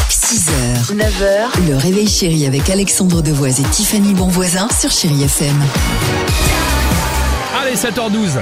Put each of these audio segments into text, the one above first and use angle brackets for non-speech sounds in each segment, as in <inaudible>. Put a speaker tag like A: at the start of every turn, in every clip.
A: 6h, 9h, le réveil chéri avec Alexandre Devoise et Tiffany Bonvoisin sur Chéri FM.
B: Allez, 7h12.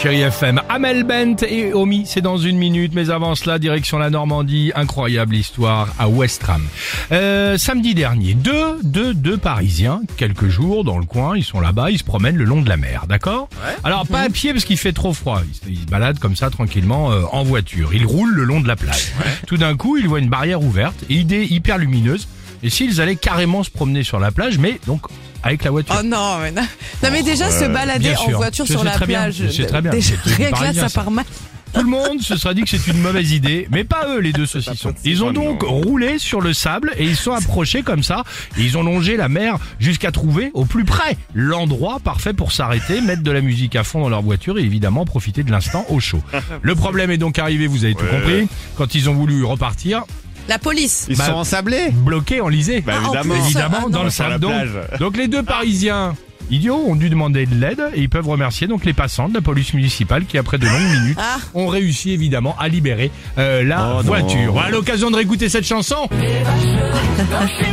B: Chérie FM, Amel Bent et Omi, c'est dans une minute, mais avant cela, direction la Normandie, incroyable histoire à Westram. Euh, samedi dernier, deux, deux, deux Parisiens, quelques jours dans le coin, ils sont là-bas, ils se promènent le long de la mer, d'accord Alors pas à pied parce qu'il fait trop froid, ils, se- ils se baladent comme ça tranquillement euh, en voiture, ils roulent le long de la plage. Tout d'un coup, ils voient une barrière ouverte, et idée hyper lumineuse, et s'ils allaient carrément se promener sur la plage, mais donc avec la voiture.
C: Oh non, mais non. Non, mais déjà se balader
B: Euh, bien
C: en
B: sûr.
C: voiture
B: Je
C: sur
B: sais
C: la
B: très bien,
C: plage.
B: je sais très bien.
C: Déjà,
B: C'est-
C: <laughs>
B: c'est
C: rien que là,
B: parisien,
C: ça
B: ça.
C: part mal.
B: Tout le monde se sera dit que c'est une mauvaise idée, mais pas eux les deux saucissons. Ils ont donc roulé sur le sable et ils se sont approchés comme ça. Et ils ont longé la mer jusqu'à trouver au plus près l'endroit parfait pour s'arrêter, mettre de la musique à fond dans leur voiture et évidemment profiter de l'instant au chaud. Le problème est donc arrivé, vous avez tout compris. Quand ils ont voulu repartir,
C: La police.
D: Ils
B: Bah,
D: sont ensablés
B: bloqués, enlisés.
D: Bah
C: Ah, en
D: évidemment.
C: plus.
B: Évidemment,
C: Ah, non.
B: dans le
D: Sur la
B: sable. Donc,
D: plage.
B: donc les deux Parisiens idiots ont dû demander de l'aide et ils peuvent remercier donc les passants de la police municipale qui, après de longues minutes,
C: Ah.
B: ont réussi évidemment à libérer euh, la
D: Oh non.
B: voiture. À l'occasion de réécouter cette chanson.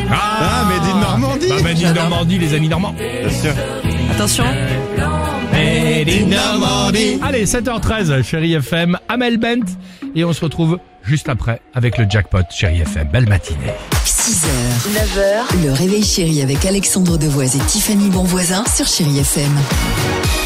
D: Ah,
B: Ah,
D: mais dit Normandie
B: bah, Made in Normandie, les amis normands.
D: Bien sûr.
C: Attention.
B: Allez, 7h13, chérie FM, Amel Bent. Et on se retrouve juste après avec le jackpot, chérie FM. Belle matinée.
A: 6h, 9h, le réveil chéri avec Alexandre Devoise et Tiffany Bonvoisin sur Chéri FM.